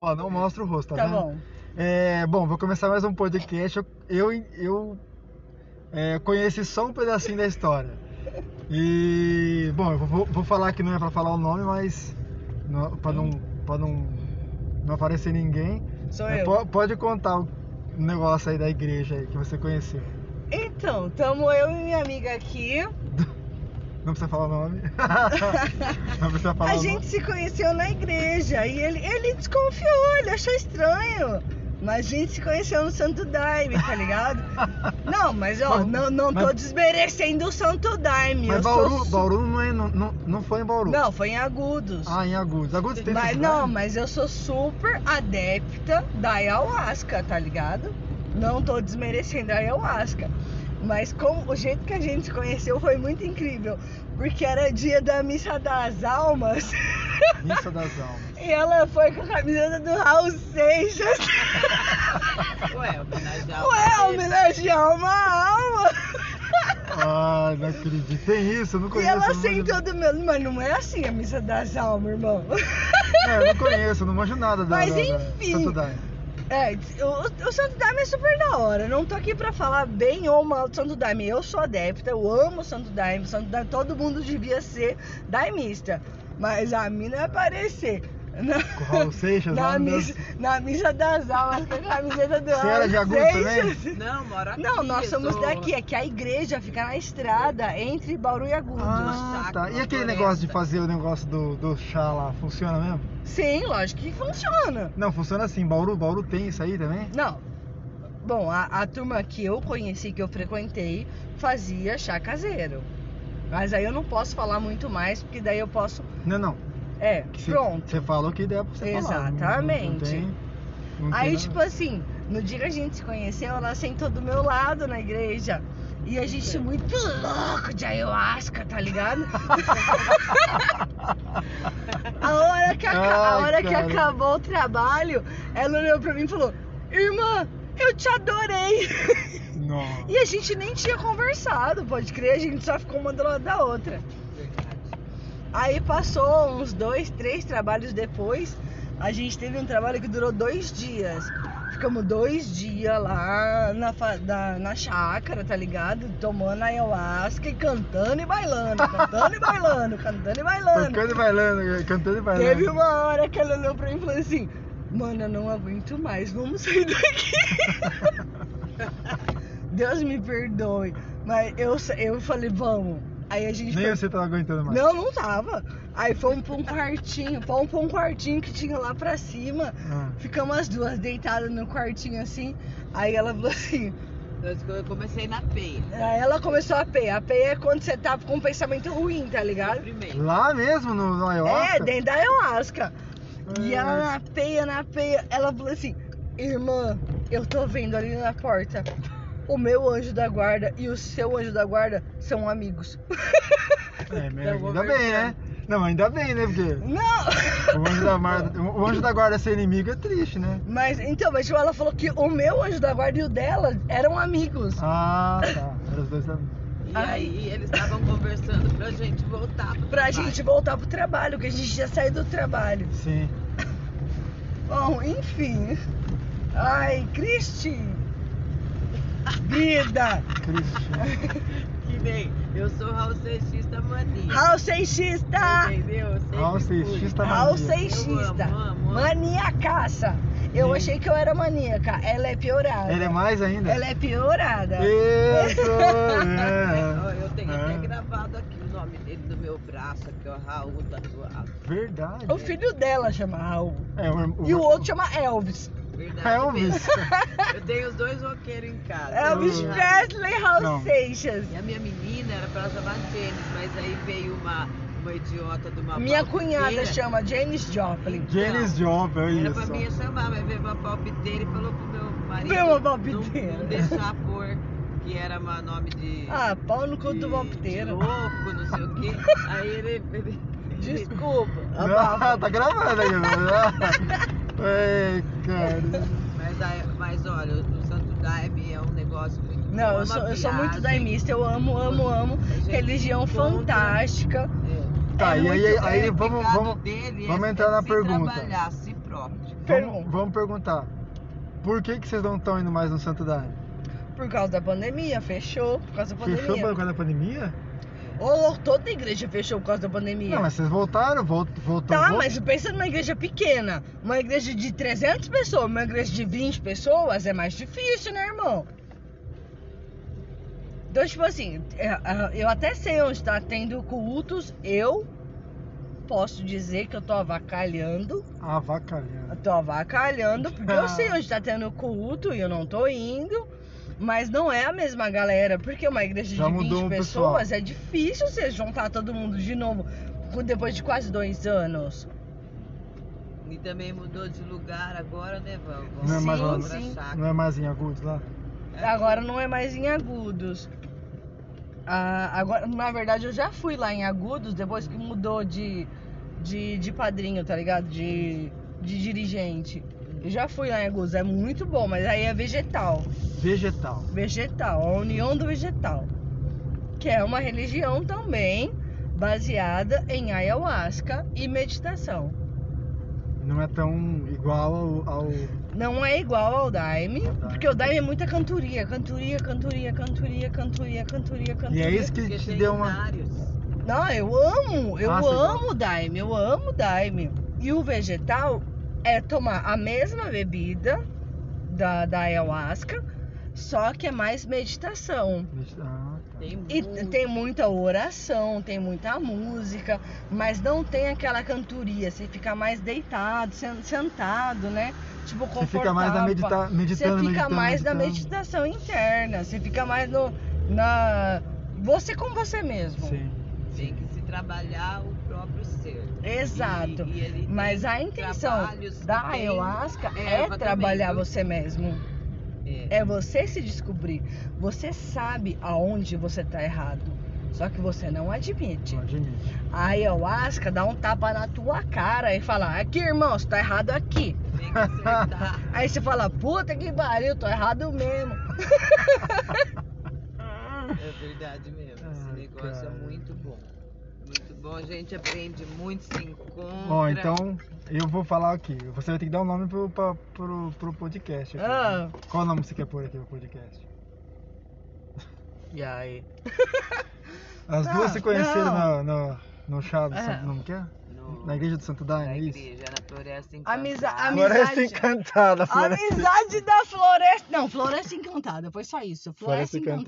Ó, não mostra o rosto, tá, Tá vendo? bom. É, bom, vou começar mais um podcast. Eu, eu, eu, é, conheci só um pedacinho da história. E, bom, eu vou, vou falar que não é pra falar o nome, mas não, pra, não, pra não, não aparecer ninguém. Sou Mas eu. po- Pode contar o negócio aí da igreja aí que você conheceu. Então, tamo eu e minha amiga aqui. Não precisa falar o nome. não precisa falar A o gente se conheceu na igreja e ele, ele desconfiou, ele achou estranho. Mas a gente se conheceu no Santo Daime, tá ligado? nome. Não, mas ó, Mas- não, não tô mas- desmerecendo o Santo Daime. eu Mas sou Bauru, su- Bauru não, é, não, não- não foi em Bauru. Não, foi em Agudos. Ah, em Agudos. Agudos tem mas, esse não, lugar? mas eu sou super adepta da ayahuasca, tá ligado? Não tô desmerecendo a ayahuasca. Mas com o jeito que a gente se conheceu foi muito incrível. Porque era dia da missa das almas. Missa das Almas. E ela foi com a camiseta do Raul Seixas. Ué, homenagear. Ué, homenagear uma alma. Ai, não acredito. Tem isso, assim, eu não E conheço. ela não manjo- sentou do meu. Mas não é assim a missa das almas, irmão. É, eu não conheço, eu não manjo nada da. Mas da- da- enfim. Santo Daime. É, o, o Santo Daime é super da hora. Eu Não tô aqui pra falar bem ou mal do Santo Daime. Eu sou adepta, eu amo o Santo Daime. O Santo Daime, todo mundo devia ser daimista. Mas a mina ia aparecer. Na, Com o Raul Seixas lá, na, meu Deus. missa, na missa das almas, com a camiseta do Você era de Raul Agudos Seixas. Não, mora aqui. Não, nós somos sou- daqui. É que a igreja fica na estrada entre Bauru e Agudos. Ah, saco, tá. E uma aquele floresta. negócio de fazer o negócio do, do chá lá, funciona mesmo? Sim, lógico que funciona. Não, funciona assim. Bauru, Bauru tem isso aí também? Não. Bom, a, a turma que eu conheci, que eu frequentei, fazia chá caseiro. Mas aí eu não posso falar muito mais, porque daí eu posso. Não, não. É, Que cê- pronto. Você falou que ideia pra você falar. não- não- Exatamente. Não tem, não Aí, tem tipo nada. assim, no dia que a gente se conheceu, ela sentou do meu lado na igreja. E a gente muito louco de ayahuasca, tá ligado? a hora, que, aca- a Ai, hora que cara. acabou o trabalho, ela olhou pra mim e falou: Irmã, eu te adorei! Nossa. E a gente nem tinha conversado, pode crer, a gente só ficou uma do lado da outra. Aí passou uns dois, três trabalhos depois, a gente teve um trabalho que durou dois dias. Ficamos dois dias lá na, fa- da- na chácara, tá ligado? Tomando ayahuasca e cantando e bailando, cantando e bailando, cantando e bailando. Tocando e bailando, cantando e bailando. Teve uma hora que ela olhou pra mim e falou assim: Mano, eu não aguento mais, vamos sair daqui. Deus me perdoe, mas eu, sa- eu falei: Vamos. Aí a gente Nem foi. você tava aguentando mais. Não, não tava. Aí fomos pra um quartinho, fomos pra um quartinho que tinha lá pra cima. Ah. Ficamos as duas deitadas no quartinho assim. Aí ela falou assim. Eu comecei na peia. Aí ela começou a peia. A peia é quando você tá com um pensamento ruim, tá ligado? Primeiro. Lá mesmo, no, no Ayahuasca? É, dentro da ayahuasca. E É. ela na peia, na peia, ela falou assim: Irmã, eu tô vendo ali na porta. O meu anjo da guarda e o seu anjo da guarda são amigos. É, mas Então, eu vou ainda bem, né? Não, ainda bem, né? Porque Não! o anjo da, mar... o anjo da guarda ser inimigo é triste, né? Mas então, mas tipo, ela falou que o meu anjo da guarda e o dela eram amigos. Ah, tá. Era os dois amigos. E aí eles estavam conversando pra gente voltar pro Pra trabalho. gente voltar pro trabalho, que a gente já saiu do trabalho. Sim. Bom, enfim. Ai, Cristi! Vida! Cristo. Que nem eu sou ralsexista mania. Raul Seixista! Entendeu? Eu sempre Ralsexista fui. mania. Raul Eu Seixista! amo, amo, amo. Maniacaça! Eu Sim. achei que eu era maníaca. Ela é piorada. Ela é mais ainda? Ela é piorada. Isso! Ó, É. Eu tenho até É. gravado aqui o nome dele no meu braço, aqui, ó, Raul tatuado. Verdade. O filho dela chama Raul. É, o, irm- E o outro chama Elvis. Verdade. Elvis. mesmo. Eu tenho os dois roqueiros em casa. Elvis Hum. Presley Raul Não. Seixas. E a minha menina era pra jogar tênis, mas aí veio uma, uma idiota de uma Minha palpiteira. cunhada chama Janis Joplin. Janis Joplin, é Era pra mim isso. ia chamar, mas veio uma palpiteira e falou pro meu marido Veio uma Não, palpiteira. não deixar pôr, que era uma nome de... Ah, pau no cu de- do de palpiteiro. louco, não sei o quê. Aí ele... ele- Desculpa. Não, tá gravando aí. mano. Ei, cara. Mas, aí- mas olha, o Santo Daime é um negócio... Não, uma eu sou, eu sou viagem. muito daimista, eu amo, amo, amo. A gente Religião encontra- fantástica. É. Tá, É e aí, muito- aí O vamos, pecado vamos, dele é vamos entrar na se pergunta. trabalhar a si próprio. pergunta. Vamos, vamos perguntar. Por que, que vocês não estão indo mais no Santo Daime? Por causa da pandemia, fechou por causa da Fechou por pandemia. causa da pandemia? Ou toda a igreja fechou por causa da pandemia. Não, mas vocês voltaram, volt, voltou. Tá, vol- mas pensa numa igreja pequena. Uma igreja de 300 pessoas, uma igreja de 20 pessoas é mais difícil, né, irmão? Então, tipo assim, é, é, eu até sei onde tá tendo cultos, eu posso dizer que eu tô avacalhando. Ah, Eu Avacalhando. tô avacalhando, porque Ah. eu sei onde tá tendo culto e eu não tô indo. Mas não é a mesma galera, porque uma igreja Já de 20 mudou o pessoal. pessoas é difícil você juntar todo mundo de novo com- depois de quase dois anos. E também mudou de lugar agora, né, Val? Não é mais Vamos lá- pra sim. chácara. Não é mais em agudos lá? Agora não é mais em agudos. Ah, agora, na verdade, eu já fui lá em agudos depois que mudou de, de, de padrinho, tá ligado? De, de dirigente. Eu já fui lá em agudos, é muito bom, mas aí é vegetal. Vegetal. Vegetal, a união do vegetal. Que é uma religião também baseada em ayahuasca e meditação. Não é tão igual ao. ao- Não é igual ao Daime, Ao Daime. porque o Daime é muita cantoria, cantoria, cantoria, cantoria, cantoria, cantoria, E cantoria. é isso que Porque te tem deu uma. vários. Não, eu amo, eu Ah, você amo o daime, eu amo o daime. E o vegetal é tomar a mesma bebida da, da ayahuasca, só que é mais meditação. Ah, tá. Tem E muito. tem muita oração, tem muita música, mas não tem aquela cantoria. Você fica mais deitado, sen- sentado, né? Tipo, Você confortável. fica mais na medita... Você meditando, fica meditando, mais na meditando. meditação interna, você fica mais no. na. Você com você mesmo. Sim. Tem que se trabalhar o próprio ser. Exato. E- e ele tem Mas a intenção trabalhos da que tem ayahuasca é erva trabalhar também, viu? você mesmo. É. É você se descobrir. Você sabe aonde você tá errado. Só que você não admite. Não admite. A ayahuasca dá um tapa na tua cara e fala: Aqui, irmão, você tá errado aqui. Tem que acertar. Aí você fala: Puta que pariu, tô errado mesmo. É verdade mesmo. Esse Ai, negócio cara. é muito bom. Muito bom, a gente aprende muito, se encontra. Ó, então eu vou falar aqui. Você vai ter que dar um nome pro, pra- pro, pro podcast. aqui. Ah. Qual nome você quer pôr aqui no podcast? E aí? As Ah, duas se conheceram não. no, no, no chá do É. Santo. Não quer? No- Na igreja do Santo Daime, na é isso? igreja, na floresta encantada. Amiza- amizade. Floresta Encantada, Floresta. Amizade da Floresta. Não, Floresta Encantada, foi só isso. Floresta, Floresta Encantada. Encantada.